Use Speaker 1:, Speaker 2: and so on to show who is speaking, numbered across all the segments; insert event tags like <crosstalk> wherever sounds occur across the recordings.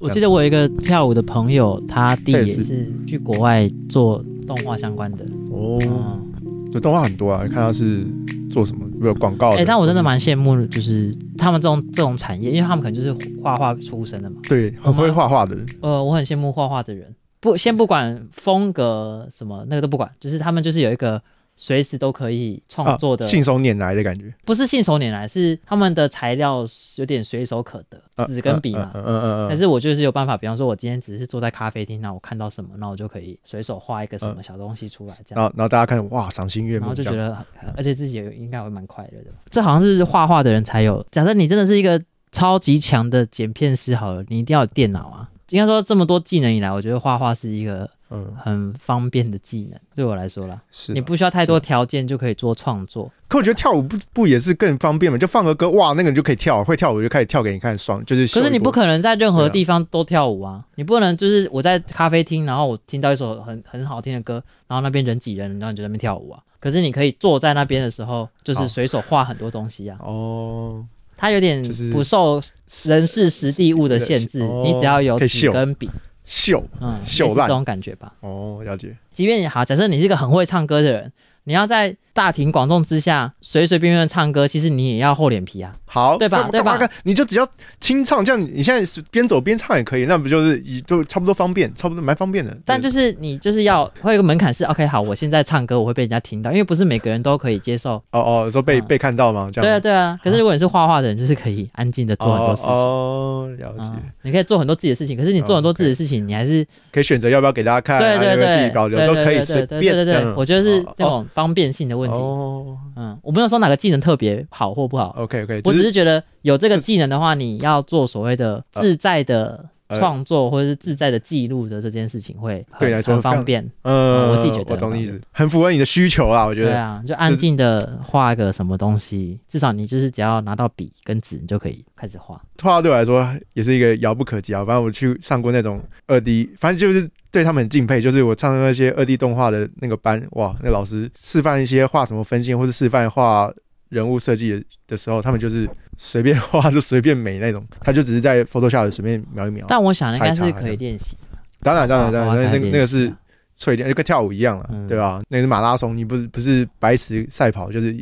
Speaker 1: 我记得我有一个跳舞的朋友，他弟
Speaker 2: 他也
Speaker 1: 也
Speaker 2: 是
Speaker 1: 是去国外做动画相关的。
Speaker 2: 哦，
Speaker 1: 嗯，
Speaker 2: 这动画很多啊，看他是做什么，比如广告。
Speaker 1: 哎、但我真的蛮羡慕，就是他们这种这种产业，因为他们可能就是画画出身的嘛。
Speaker 2: 对，很会画画的人，
Speaker 1: 呃，我很羡慕画画的人，不先不管风格什么那个都不管，就是他们就是有一个随时都可以创作的，
Speaker 2: 啊信手拈来的感觉，
Speaker 1: 不是信手拈来，是他们的材料有点随手可
Speaker 2: 啊
Speaker 1: 得，纸跟笔嘛。
Speaker 2: 嗯嗯嗯
Speaker 1: 但
Speaker 2: 嗯
Speaker 1: 是我就是有办法，比方说，我今天只是坐在咖啡厅，那我看到什么，那我就可以随手画一个
Speaker 2: 啊
Speaker 1: 什么小东西出来，这
Speaker 2: 然
Speaker 1: 样，
Speaker 2: 后然后大家看哇，赏心悦
Speaker 1: 然后
Speaker 2: 目，
Speaker 1: 就
Speaker 2: 这
Speaker 1: 觉
Speaker 2: 样
Speaker 1: 得，呃而且自己也应该会蛮快乐的。这好像是画画的人才有。假设你真的是一个超级强的剪片师，好了，你一定要有电脑啊。应该说，这么多技能以来，我觉得画画是一个
Speaker 2: 嗯
Speaker 1: 很方便的技能，对我来说啦，
Speaker 2: 是啊。
Speaker 1: 你不需要太多条件就可以做创作。
Speaker 2: 可我觉得跳舞不不也是更方便嘛？就放个歌，哇，那个你就可以跳，会跳舞就开始跳给你看，爽。就是啊秀一
Speaker 1: 可
Speaker 2: 波
Speaker 1: 是你不可能在任何地方都跳舞啊！你不能就是我在咖啡厅，然后我听到一首很很好听的歌，然后那边人挤人，然后你就在那边跳舞啊。可是你可以坐在那边的时候，就是随手画很多东西啊。
Speaker 2: 哦，
Speaker 1: 它有点
Speaker 2: 就是
Speaker 1: 不受人事实地物的限制，
Speaker 2: 哦
Speaker 1: 你只要有
Speaker 2: 可以
Speaker 1: 纸
Speaker 2: 秀
Speaker 1: 跟笔，
Speaker 2: 秀
Speaker 1: 嗯，
Speaker 2: 秀
Speaker 1: 类似
Speaker 2: 烂
Speaker 1: 这种感觉吧。
Speaker 2: 哦，了解。
Speaker 1: 即便你好，假设你是一个很会唱歌的人，你要在大庭广众之下随随便便唱歌，其实你也要厚脸皮啊。
Speaker 2: 好，
Speaker 1: 对吧
Speaker 2: 干嘛
Speaker 1: 对吧？
Speaker 2: 干嘛干你就只要清唱，这样你现在是边走边唱也可以，那不就是以就差不多方便，差不多蛮方便的。
Speaker 1: 但就是你就是要会有一个门槛是 OK，好，我现在唱歌我会被人家听到，因为不是每个人都可以接受。
Speaker 2: 哦哦，说被
Speaker 1: 嗯
Speaker 2: 被看到嘛，这样
Speaker 1: 对啊，对啊。可是如果你是画画的人，就是可以安静的做很多事情。
Speaker 2: 哦，哦了解
Speaker 1: 嗯，你可以做很多自己的事情，可是你做很多自己的事情，你还是
Speaker 2: 可以选择要不要给大家看，
Speaker 1: 对对
Speaker 2: 啊要不要自
Speaker 1: 对
Speaker 2: 己保留
Speaker 1: 对
Speaker 2: 都
Speaker 1: 对
Speaker 2: 可以
Speaker 1: 对
Speaker 2: 随
Speaker 1: 对
Speaker 2: 便。
Speaker 1: 对对
Speaker 2: 这
Speaker 1: 对，
Speaker 2: 样
Speaker 1: 我觉得是那
Speaker 2: 哦
Speaker 1: 种方便性的问题。
Speaker 2: 哦
Speaker 1: 嗯，我没有说哪个技能特别好或不好，
Speaker 2: ，OK OK，
Speaker 1: 我只
Speaker 2: 只呃是
Speaker 1: 是觉得有这个技能的话，你要做所谓的自在的
Speaker 2: 呃
Speaker 1: 创作或者是自在的记录的这件事情，会很
Speaker 2: 对你来说
Speaker 1: 很
Speaker 2: 非常
Speaker 1: 方便。
Speaker 2: 呃，
Speaker 1: 哦我自己觉得
Speaker 2: 我懂你意思，很符合你的需求啊，我觉
Speaker 1: 对
Speaker 2: 得。
Speaker 1: 啊，就安静的画个什么东西，至少你就是只要拿到笔跟纸，你就可以开始画。
Speaker 2: 画画对我来说也是一个遥不可及啊。反正我去上过那种二 D，反正就是对他们很敬佩。就是我上那些二 D 动画的那个班，哇，那老师示范一些画什么分镜，或是示范画人物设计的的时候，他们就是随便画就随便美那种，他就只是在 Photoshop 随便描一描。
Speaker 1: 但我想应该
Speaker 2: 猜
Speaker 1: 是
Speaker 2: 猜
Speaker 1: 可以练习，
Speaker 2: 当然，当然，当
Speaker 1: 画画
Speaker 2: 然，那那个
Speaker 1: 看
Speaker 2: 那个
Speaker 1: 练习
Speaker 2: 是
Speaker 1: 啊
Speaker 2: 脆一点，就跟跳舞一样了，
Speaker 1: 嗯
Speaker 2: 对吧？那个是马拉松，你不是不是白石赛跑，就是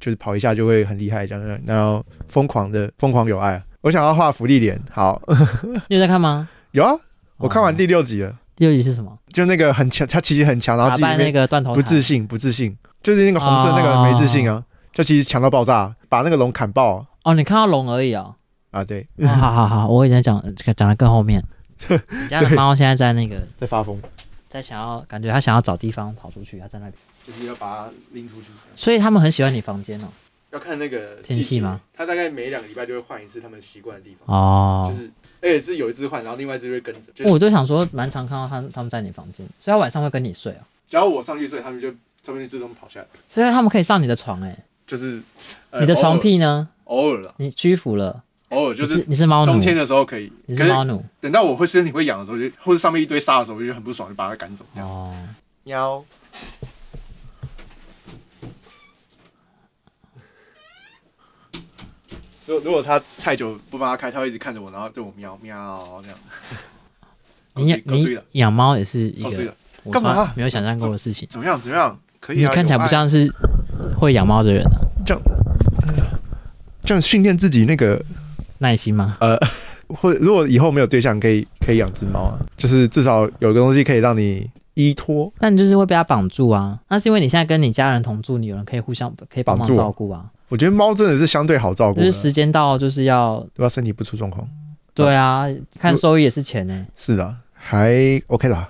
Speaker 2: 就是跑一下就会很厉害这样，然后疯狂的疯狂有爱啊。我想要画福利脸，好
Speaker 1: 你有在看吗？
Speaker 2: 有啊，我看完
Speaker 1: 哦
Speaker 2: 第六集了，
Speaker 1: 第六集是什么？
Speaker 2: 就那个很强，他其实很强，然后
Speaker 1: 打
Speaker 2: 自己
Speaker 1: 败那
Speaker 2: 面
Speaker 1: 个断头
Speaker 2: 不自
Speaker 1: 台。
Speaker 2: 信，不自信，就是那个红色那个
Speaker 1: 哦
Speaker 2: 没自信啊，就其实强到爆炸，把那个龙砍爆啊
Speaker 1: 哦，你看到龙而已
Speaker 2: <laughs>
Speaker 1: 哦。
Speaker 2: 啊，对，
Speaker 1: 哦好好好，我已经讲讲的更后面。你家的猫现在在那个
Speaker 2: <laughs> 在发疯，
Speaker 1: 在想要，感觉它想要找地方跑出去，它在那里，
Speaker 2: 就是要把它拎出去。
Speaker 1: 所以他们很喜欢你房间哦。
Speaker 2: 要看那个
Speaker 1: 天气吗？
Speaker 2: 他大概每两个礼拜就会换一次他们习惯的地方。
Speaker 1: 哦
Speaker 2: 就，是而且是有一只换，然后另外一只会跟着。就是
Speaker 1: 我就想说，蛮常看到他他们在你房间，所以他晚上会跟你睡哦，
Speaker 2: 只要我上去睡，他们就他们就自动跑下来。
Speaker 1: 所以他们可以上你的床哎、
Speaker 2: 就是、呃
Speaker 1: 你的床屁呢？
Speaker 2: 偶尔偶尔啦，
Speaker 1: 你屈服了，
Speaker 2: 偶尔就
Speaker 1: 你
Speaker 2: 是
Speaker 1: 你是猫奴
Speaker 2: 冬，天的时候可以，
Speaker 1: 你
Speaker 2: 可
Speaker 1: 是
Speaker 2: 是
Speaker 1: 猫奴
Speaker 2: 等到我会身体会痒的时候，就或者上面一堆沙的时候，我就很不爽，就把它赶走。这样
Speaker 1: 哦。
Speaker 2: 喵。如果如果它太久不帮它开，它会一直看着我，然后对我喵喵这样。
Speaker 1: <laughs> 你养
Speaker 2: 够醉
Speaker 1: 你
Speaker 2: 了，
Speaker 1: 养猫也是一
Speaker 2: 够醉
Speaker 1: 个
Speaker 2: 了，
Speaker 1: 我
Speaker 2: 干嘛
Speaker 1: 从来没有想象过的事情。
Speaker 2: 怎么样？怎么样？可以
Speaker 1: 你
Speaker 2: 啊，
Speaker 1: 看起来
Speaker 2: 有
Speaker 1: 不
Speaker 2: 爱
Speaker 1: 像是会养猫的人啊，
Speaker 2: 这样训练自己那个
Speaker 1: 耐心吗？
Speaker 2: 呃或如果以后没有对象，可以可以养只猫啊，就是至少有个东西可以让你依托。
Speaker 1: 但你就是会被它绑住啊。那是因为你现在跟你家人同住，你有人可以互相可以帮
Speaker 2: 绑住
Speaker 1: 忙照
Speaker 2: 我
Speaker 1: 顾啊。
Speaker 2: 我觉得猫真的是相对好照顾
Speaker 1: 就
Speaker 2: 的，
Speaker 1: 是
Speaker 2: 对
Speaker 1: 时间到就是要
Speaker 2: 吧？身体不出状况，
Speaker 1: 对啊，看收益也是钱呢、
Speaker 2: 是的，还 OK 啦。